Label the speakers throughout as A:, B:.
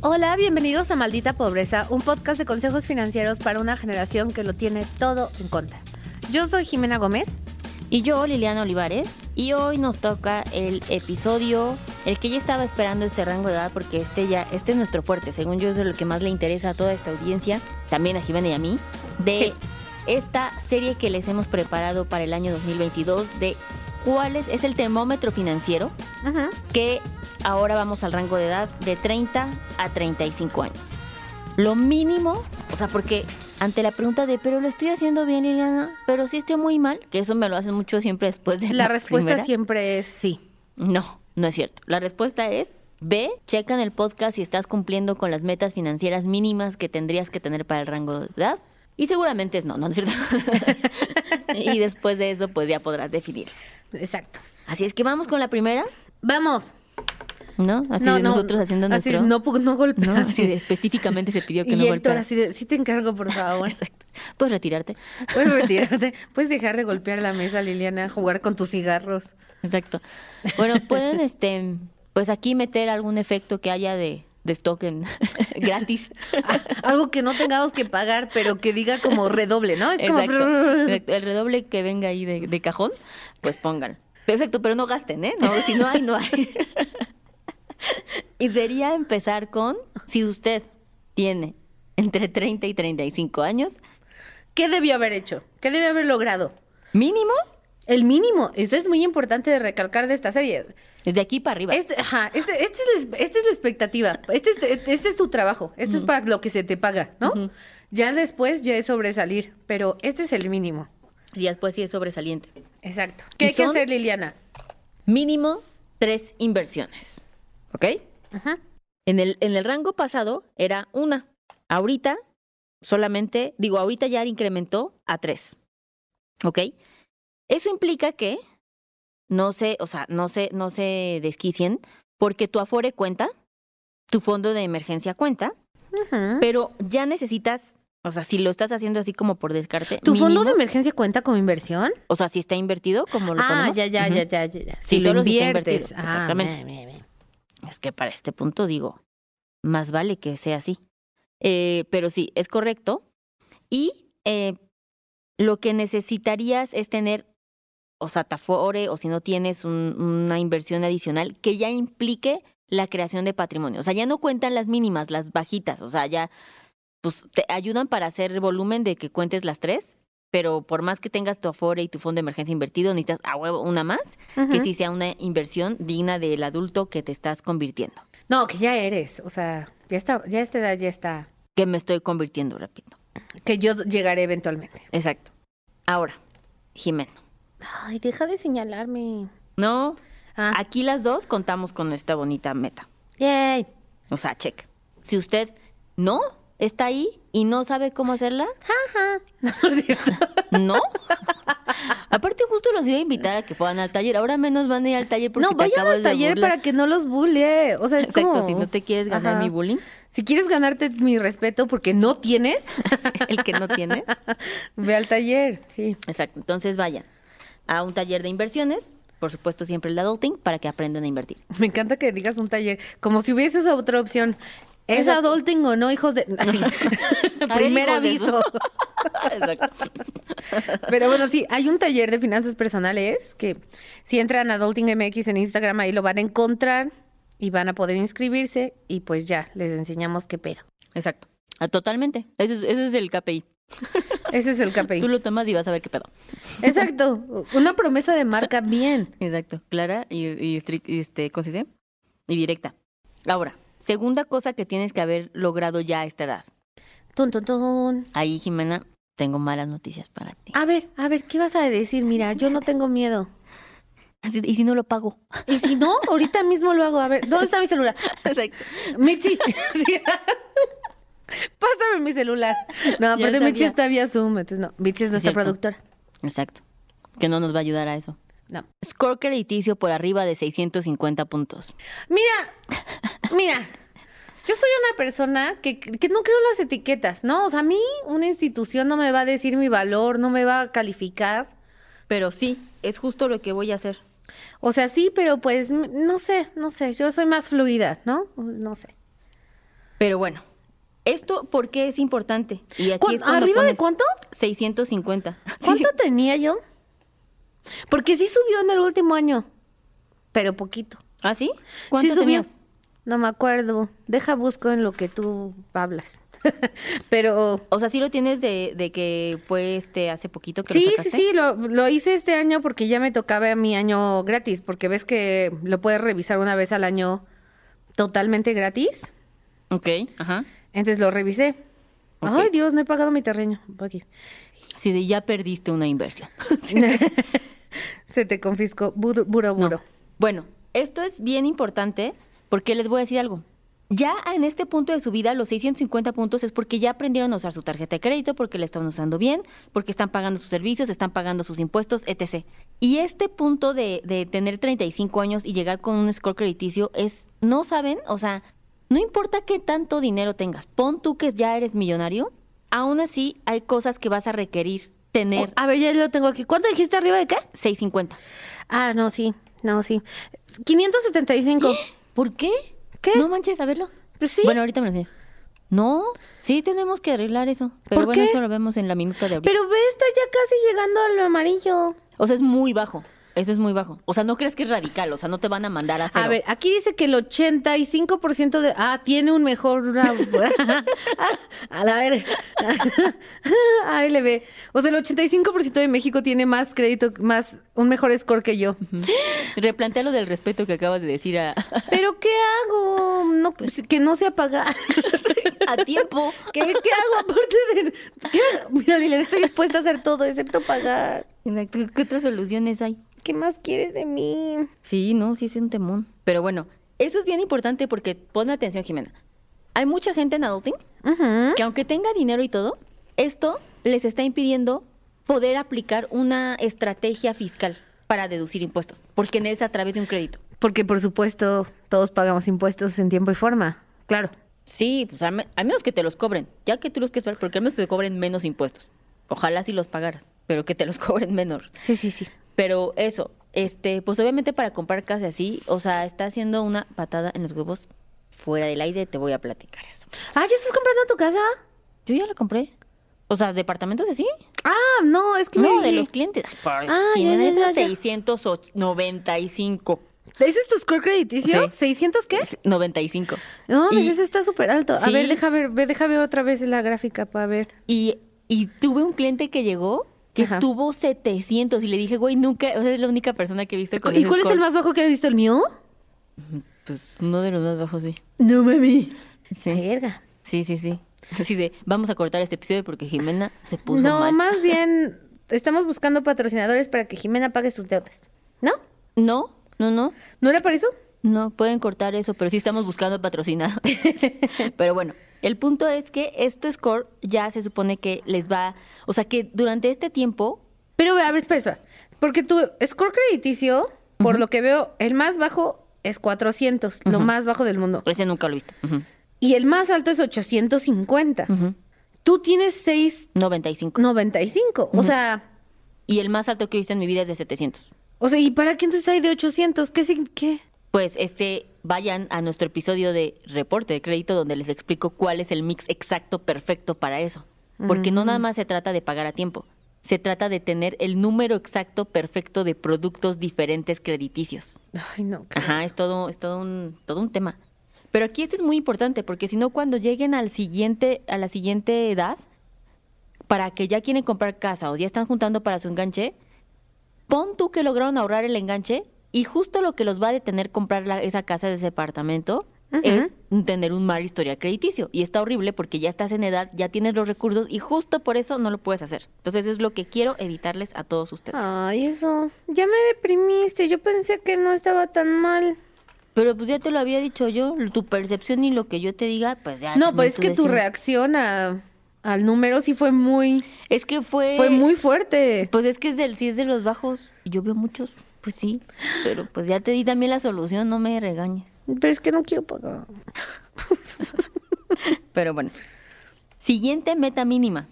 A: Hola, bienvenidos a Maldita Pobreza, un podcast de consejos financieros para una generación que lo tiene todo en contra. Yo soy Jimena Gómez.
B: Y yo, Liliana Olivares. Y hoy nos toca el episodio, el que ya estaba esperando este rango de edad, porque este ya, este es nuestro fuerte, según yo, eso es lo que más le interesa a toda esta audiencia, también a Jimena y a mí, de
A: Sí.
B: esta serie que les hemos preparado para el año 2022 de cuál es, es el termómetro financiero que ahora vamos al rango de edad de 30 a 35 años. Lo mínimo, o sea, porque ante la pregunta de, pero lo estoy haciendo bien, Liliana, pero sí estoy muy mal, que eso me lo hacen mucho siempre después de la,
A: La respuesta
B: primera.
A: siempre es sí.
B: No, no es cierto. La respuesta es B, checa en el podcast si estás cumpliendo con las metas financieras mínimas que tendrías que tener para el rango de edad. Y seguramente es no, ¿no es cierto? y después de eso, pues ya podrás definir.
A: Exacto.
B: Así es que vamos con la primera,
A: Vamos.
B: ¿no? Así de nosotros haciendo
A: así,
B: nuestro...
A: no, pu- no golpeas.
B: No, así de- específicamente se pidió que
A: y
B: no
A: Héctor,
B: golpeara.
A: así de, sí te encargo, por favor.
B: Exacto. Puedes retirarte.
A: Puedes retirarte, puedes dejar de golpear la mesa, Liliana, jugar con tus cigarros.
B: Exacto. Bueno, pueden, este, pues aquí meter algún efecto que haya de, de stock en- gratis.
A: Ah, Algo que no tengamos que pagar, pero que diga como redoble, ¿no? Es como...
B: Exacto. Exacto. El redoble que venga ahí de, de cajón, pues pongan. Exacto, pero no gasten, ¿eh? No, si no hay, no hay. Y sería empezar con, si usted tiene entre 30 y 35 años,
A: ¿Qué debió haber hecho? ¿Qué debió haber logrado?
B: mínimo,
A: El mínimo. Esto es muy importante de recalcar de esta serie.
B: desde aquí para arriba.
A: Este, ajá, este, este es, la- esta es la expectativa. Este es, este es tu trabajo. Esto es para lo que se te paga, ¿no? Ya después ya es sobresalir, pero este es el mínimo.
B: Y después sí es sobresaliente.
A: Exacto. ¿Qué
B: ¿Y
A: hay que
B: son?
A: hacer, Liliana?
B: Mínimo tres inversiones. ¿Ok?
A: Ajá.
B: En el, en el rango pasado era una. Ahorita solamente, digo, ahorita ya incrementó a tres. ¿Ok? Eso implica que no se, o sea, no se, no se desquicien, porque tu Afore cuenta, tu fondo de emergencia cuenta,
A: Ajá.
B: pero ya necesitas, o sea, si lo estás haciendo así como por descarte,
A: ¿Tu fondo
B: mínimo,
A: de emergencia cuenta como inversión?
B: o sea, si está invertido, como lo
A: Ah,
B: ponemos,
A: ya, ya,
B: ujú.
A: ya, ya, ya, ya.
B: Sí,
A: Si lo
B: solo si está
A: inviertes.
B: invertido,
A: Ah,
B: exactamente.
A: bien, bien, bien.
B: Es que para este punto digo, más vale que sea así. Eh, pero sí, es correcto. Y eh, lo que necesitarías es tener, o sea, Tafore, o si no tienes un- una inversión adicional que ya implique la creación de patrimonio. O sea, ya no cuentan las mínimas, las bajitas. O sea, ya, pues te ayudan para hacer volumen de que cuentes las tres. Pero por más que tengas tu Afore y tu fondo de emergencia invertido, necesitas a huevo una más, que
A: Ujú.
B: sí sea una inversión digna del adulto que te estás convirtiendo.
A: No, que ya eres. O sea, ya está, ya a esta edad ya está.
B: que me estoy convirtiendo, repito.
A: Que yo llegaré eventualmente.
B: Exacto. Ahora, Jimena.
A: Ay, deja de señalarme.
B: No,
A: Ah.
B: aquí las dos contamos con esta bonita meta.
A: Yay.
B: O sea, check. Si usted no está ahí y no sabe cómo hacerla,
A: No, no es cierto.
B: no. Aparte, justo los iba a invitar a que fueran al taller. Ahora menos van a ir al taller porque
A: no,
B: te
A: vayan
B: acabas
A: al
B: de
A: taller
B: burlar.
A: para que no los bullee. O sea, es
B: Exacto,
A: como-
B: si no te quieres ganar
A: Ajá.
B: mi bullying,
A: Si quieres ganarte mi respeto porque no tienes,
B: el que no tiene.
A: ve al taller. Sí.
B: Exacto, entonces vayan a un taller de inversiones, por supuesto siempre el de adulting, para que aprendan a invertir.
A: Me encanta que digas un taller. Como si hubieses otra opción. ¿Es
B: Exacto.
A: adulting o no, hijos de...? Así.
B: A ver,
A: Primer
B: hijos de su-
A: aviso.
B: Exacto.
A: Pero bueno, sí, hay un taller de finanzas personales que si entran a Adulting MX en Instagram, ahí lo van a encontrar y van a poder inscribirse y pues ya, les enseñamos qué pedo.
B: Exacto. Ah, Totalmente. Ese es, ese es el KPI.
A: Ese es el KPI.
B: Tú lo tomas y vas a ver qué pedo.
A: Exacto. Una promesa de marca bien.
B: Exacto. Clara y, y estri- y, este, ¿cómo se dice? Y directa. Ahora, segunda cosa que tienes que haber logrado ya a esta edad.
A: Tun, tun, tun.
B: Ahí, Jimena, tengo malas noticias para ti.
A: A ver, a ver, ¿qué vas a decir? Mira, yo no tengo miedo.
B: Así- ¿Y si no lo pago?
A: Y si no, ahorita mismo lo hago. A ver, ¿dónde está mi celular?
B: Exacto.
A: Mitzi. Sí. Pásame mi celular. No, aparte
B: sabía.
A: Mitzi está vía Zoom, entonces no. Mitzi es nuestra
B: Cierto.
A: productora.
B: Exacto. Que no nos va a ayudar a eso.
A: No.
B: Score crediticio por arriba de 650 puntos.
A: Mira, mira, yo soy una persona que, que no creo en las etiquetas, ¿no? O sea, a mí una institución no me va a decir mi valor, no me va a calificar.
B: Pero sí, es justo lo que voy a hacer.
A: O sea, sí, pero pues m- no sé, no sé, yo soy más fluida, ¿no? No sé.
B: Pero bueno, ¿esto por qué es importante? Y aquí
A: ¿Cuán-
B: es cuando
A: ¿Arriba de
B: pones
A: cuánto?
B: 650. Sí.
A: ¿Cuánto tenía yo? Porque sí subió en el último año, pero poquito.
B: ¿Ah, sí? ¿Cuánto
A: sí subió.
B: tenías?
A: No me acuerdo. Deja busco en lo que tú hablas. pero
B: O sea, sí lo tienes de, de que fue este hace poquito que lo
A: Sí, sí,
B: sacaste.
A: sí, lo, lo hice este año porque ya me tocaba mi año gratis, porque ves que lo puedes revisar una vez al año totalmente gratis.
B: Ok, ajá.
A: Entonces lo revisé.
B: Ok.
A: Ay, Dios, no he pagado mi terreno. Aquí.
B: Sí, de ya perdiste una inversión.
A: Se te confiscó. Buro, buro,
B: No.
A: buro.
B: Bueno, esto es bien importante porque les voy a decir algo. Ya en este punto de su vida, los 650 puntos es porque ya aprendieron a usar su tarjeta de crédito, porque la están usando bien, porque están pagando sus servicios, están pagando sus impuestos, etc. Y este punto de, de tener 35 años y llegar con un score crediticio es, no saben, o sea, no importa qué tanto dinero tengas, pon tú que ya eres millonario, aún así hay cosas que vas a requerir tener
A: A ver, ya lo tengo aquí. ¿Cuánto dijiste arriba de qué?
B: 650.
A: Ah, no, sí. No, sí. 575.
B: ¿Por qué?
A: ¿Qué?
B: No manches, a verlo.
A: Pues sí.
B: Bueno, ahorita me lo enseñas. No, sí tenemos que arreglar eso. Pero
A: ¿Por
B: bueno,
A: qué?
B: eso lo vemos en la minuta de ahorita.
A: pero ve, está ya casi llegando al amarillo.
B: O sea, es muy bajo. Eso es muy bajo. O sea, no crees que es radical. O sea, no te van a mandar a cero.
A: A ver, aquí dice que el 85% de... Ah, tiene un mejor... a la ver. Ahí le ve. O sea, el 85% de México tiene más crédito, más un mejor score que yo.
B: Replantea lo del respeto que acabas de decir a,
A: ¿Pero qué hago? No, pues, que no sea pagar.
B: a tiempo.
A: ¿Qué, qué hago aparte de...? ¿Qué hago? Mira, Lilian, estoy dispuesta a hacer todo excepto pagar.
B: Exacto. ¿Qué otras soluciones hay?
A: ¿Qué más quieres de mí?
B: Sí, no, sí es un temón. Pero bueno, eso es bien importante porque ponme atención, Jimena. Hay mucha gente en adulting
A: Ujú.
B: que aunque tenga dinero y todo, esto les está impidiendo poder aplicar una estrategia fiscal para deducir impuestos, porque es a través de un crédito.
A: Porque, por supuesto, todos pagamos impuestos en tiempo y forma. Claro.
B: Sí, pues a, me- a menos que te los cobren, ya que tú los quieres pagar, porque al menos te cobren menos impuestos. Ojalá si los pagaras, pero que te los cobren menor.
A: Sí, sí, sí.
B: Pero eso, este, pues obviamente para comprar casa así, o sea, está haciendo una patada en los huevos fuera del aire, te voy a platicar eso.
A: Ah, ¿ya estás comprando tu casa?
B: Yo ya la compré. O sea, departamentos así.
A: Ah, no, es que
B: No,
A: me
B: de
A: dije-
B: los clientes. Ay, por
A: Ah, ya,
B: Jimena,
A: ya,
B: es
A: ya, ya.
B: 695.
A: ¿Ese es tu score crediticio?
B: Sí.
A: ¿600 qué?
B: 95.
A: No, mames,
B: Y-
A: eso está súper alto. A
B: Sí.
A: ver, deja ver, ve, deja ver otra vez la gráfica para ver.
B: Y, y tuve un cliente que llegó que
A: Ajá.
B: tuvo 700 y le dije, güey, nunca, o sea, es la única persona que he visto con
A: ¿Y
B: ese
A: cuál es el
B: score".
A: más bajo que has visto? ¿El mío?
B: Pues uno de los más bajos, sí.
A: No, mami.
B: Sí, sí, sí. sí. Así de, vamos a cortar este episodio porque Jimena se puso
A: No,
B: mal.
A: más bien estamos buscando patrocinadores para que Jimena pague sus deudas. ¿No?
B: No, no, no.
A: ¿No era para eso?
B: No, pueden cortar eso, pero sí estamos buscando patrocinado. pero bueno, el punto es que este score ya se supone que les va, o sea que durante este tiempo,
A: Pero ve, a ver, espera, espera. Porque tu score crediticio, por lo que veo, el más bajo es 400, lo
B: Ujú.
A: más bajo del mundo.
B: ese nunca lo he visto. Ujú,
A: Y el más alto es 850.
B: ujú.
A: Tú tienes 6
B: 95.
A: 95. O
B: Ujú.
A: sea,
B: Y el más alto que he visto en mi vida es de 700.
A: o sea, ¿y para qué entonces hay de 800? ¿Qué sign- qué?
B: Pues este, vayan a nuestro episodio de reporte de crédito donde les explico cuál es el mix exacto perfecto para eso. Porque no nada más se trata de pagar a tiempo, se trata de tener el número exacto perfecto de productos diferentes crediticios.
A: Ay, no. qué-
B: Ajá, es todo, es todo un, todo un tema. Pero aquí este es muy importante, porque si no, cuando lleguen al siguiente, a la siguiente edad, para que ya quieren comprar casa o ya están juntando para su enganche, pon tú que lograron ahorrar el enganche y justo lo que los va a detener comprar la- esa casa de ese departamento
A: Ujú.
B: es tener un mal historial crediticio. Y está horrible porque ya estás en edad, ya tienes los recursos y justo por eso no lo puedes hacer. Entonces es lo que quiero evitarles a todos ustedes.
A: Ay, eso. Ya me deprimiste. Yo pensé que no estaba tan mal.
B: Pero pues ya te lo había dicho yo, tu percepción y lo que yo te diga, pues ya.
A: No,
B: también
A: pero es
B: tú
A: que tu
B: decides.
A: reacción a- al número sí fue muy
B: Es que fue...
A: fue muy fuerte.
B: Pues es que es del, sí es de los bajos, yo veo muchos, pues sí, pero pues ya te di también la solución, no me regañes.
A: Pero es que no quiero pagar.
B: Pero bueno. Siguiente meta mínima,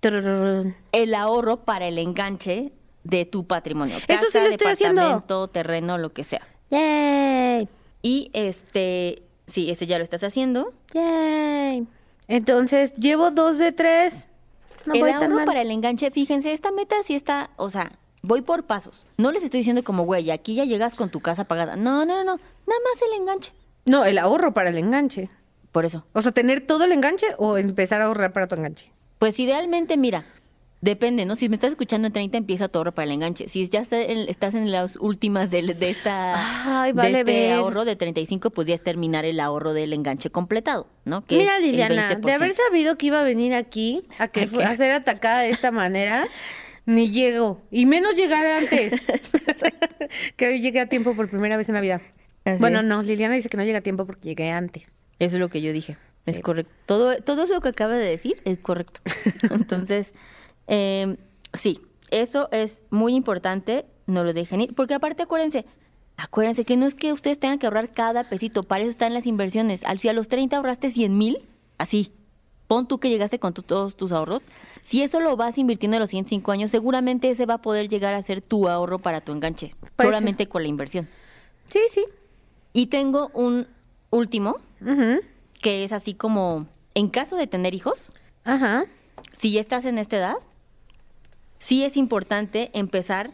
A: Trrrrrrr.
B: el ahorro para el enganche de tu patrimonio.
A: Eso sí lo estoy haciendo.
B: departamento, terreno, lo que sea.
A: Yay.
B: Y este, Sí, ese ya lo estás haciendo.
A: Yay. Entonces, llevo dos de tres. No
B: el
A: voy tan
B: ahorro
A: mal.
B: para el enganche, fíjense, esta meta sí está, o sea, voy por pasos. No les estoy diciendo como, güey, aquí ya llegas con tu casa pagada. No, no, no, no, nada más el enganche.
A: No, el ahorro para el enganche.
B: Por eso.
A: O sea, tener todo el enganche o empezar a ahorrar para tu enganche.
B: Pues idealmente, mira, depende, ¿no? Si me estás escuchando en 30, empieza tu ahorro para el enganche. Si ya está en- estás en las últimas del- de, esta
A: Ay, vale
B: de este
A: ver.
B: ahorro de 35, pues ya es terminar el ahorro del enganche completado, ¿no? Que
A: Mira,
B: es el
A: Liliana, de
B: 20%.
A: haber sabido que iba a venir aquí a, que fu- a ser atacada de esta manera, ni llego. Y menos llegar antes. que hoy llegué a tiempo por primera vez en Navidad.
B: Así
A: bueno,
B: es.
A: no, Liliana dice que no llega a tiempo porque llegué antes.
B: Eso es lo que yo dije. Es correcto. Todo, todo eso que acaba de decir es correcto. Entonces, eh, sí, eso es muy importante. No lo dejen ir. Porque aparte, acuérdense, acuérdense que no es que ustedes tengan que ahorrar cada pesito. Para eso están las inversiones. Al- Si a los 30 ahorraste 100 mil, así. Pon tú que llegaste con tu- todos tus ahorros. Si eso lo vas invirtiendo en los siguientes cinco años, seguramente ese va a poder llegar a ser tu ahorro para tu enganche.
A: Puede ser.
B: solamente con la inversión.
A: Sí, sí.
B: Y tengo un último
A: Ujú.
B: que es así como, en caso de tener hijos,
A: Ajá.
B: si ya estás en esta edad, sí es importante empezar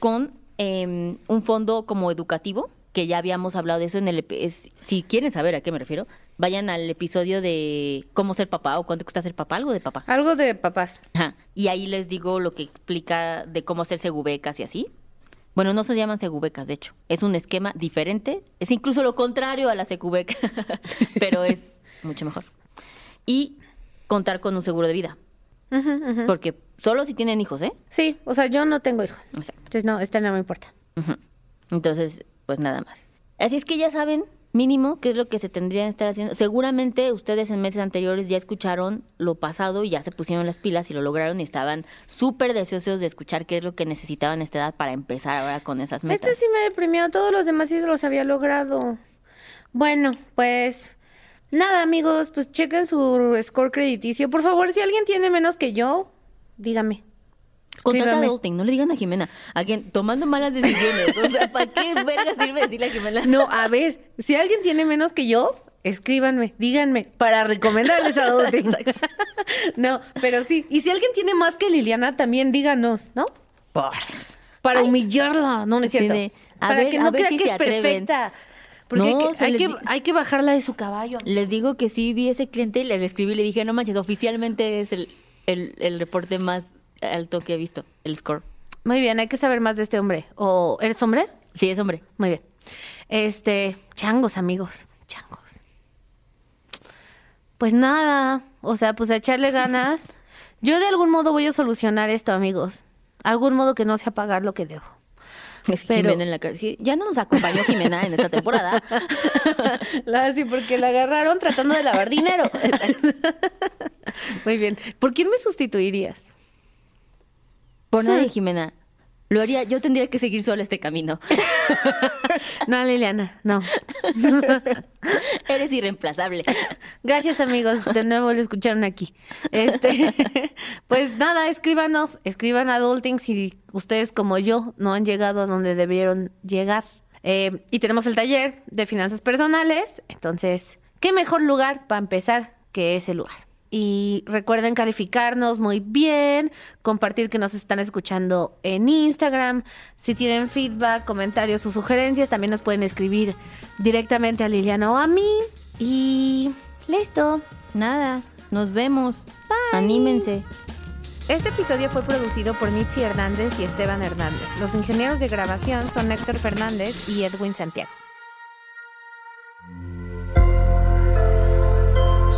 B: con em, un fondo como educativo, que ya habíamos hablado de eso en el... epi- es- si quieren saber a qué me refiero, vayan al episodio de cómo ser papá o cuánto cuesta ser papá, algo de papá.
A: Algo de papás.
B: Ajá. Y ahí les digo lo que explica de cómo hacer segubecas y así. Bueno, no se llaman segubecas, de hecho. Es un esquema diferente. Es incluso lo contrario a la secubeca, pero es mucho mejor. Y contar con un seguro de vida.
A: Ujú, ujú.
B: Porque solo si tienen hijos, ¿eh?
A: Sí, o sea, yo no tengo hijos.
B: Exacto.
A: Entonces, no, esta no me importa.
B: Ujú. Entonces, pues nada más. Así es que ya saben, mínimo, qué es lo que se tendrían que estar haciendo. Seguramente ustedes en meses anteriores ya escucharon lo pasado y ya se pusieron las pilas y lo lograron y estaban súper deseosos de escuchar qué es lo que necesitaban a esta edad para empezar ahora con esas metas.
A: Este sí me deprimió, todos los demás sí se los había logrado. Bueno, pues nada, amigos, pues chequen su score crediticio. Por favor, si alguien tiene menos que yo, dígame.
B: Contrata
A: escríbame.
B: adulting, no le digan a Jimena, a quien tomando malas decisiones. O sea, ¿para qué verga sirve decirle a Jimena?
A: No, a ver, si alguien tiene menos que yo, escríbanme, díganme, para recomendarles a los demás. No, pero sí. Y si alguien tiene más que Liliana, también díganos, ¿no?
B: Por
A: Para humillarla, no, no es
B: Sí,
A: cierto.
B: de, a
A: para
B: ver,
A: que
B: a
A: no
B: ver
A: crea
B: si
A: que
B: se
A: es
B: atreven.
A: perfecta. Porque
B: No,
A: hay, que,
B: se
A: hay,
B: les
A: que,
B: di-
A: hay que bajarla de su caballo.
B: Les digo que sí vi ese cliente y le escribí y le dije, no manches, oficialmente es el, el, el reporte más alto que he visto, el score.
A: Muy bien, hay que saber más de este hombre. ¿O eres hombre?
B: Sí, es hombre.
A: Muy bien. Este, changos, amigos, changos. Pues nada, o sea, pues a echarle ganas. Yo de algún modo voy a solucionar esto, amigos. Algún modo que no sea pagar lo que debo.
B: Es
A: Pero-
B: Jimena en la cara. Sí, ya no nos acompañó Jimena en esta temporada.
A: La, sí, porque la agarraron tratando de lavar dinero. Muy bien. ¿Por quién me sustituirías?
B: Por nadie, Jimena. Lo haría, yo tendría que seguir sola este camino.
A: No, Liliana, no.
B: Eres irreemplazable.
A: Gracias amigos, de nuevo lo escucharon aquí. Este, pues nada, escríbanos, escriban a Adulting si ustedes como yo no han llegado a donde debieron llegar. Eh, y tenemos el taller de finanzas personales, entonces, ¿qué mejor lugar para empezar que ese lugar? Y recuerden calificarnos muy bien, compartir que nos están escuchando en Instagram. Si tienen feedback, comentarios o sugerencias, también nos pueden escribir directamente a Liliana o a mí. Y listo.
B: Nada, nos vemos. Anímense.
A: Este episodio fue producido por Mitzi Hernández y Esteban Hernández. Los ingenieros de grabación son Héctor Fernández y Edwin Santiago.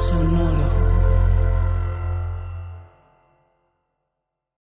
C: Sonora.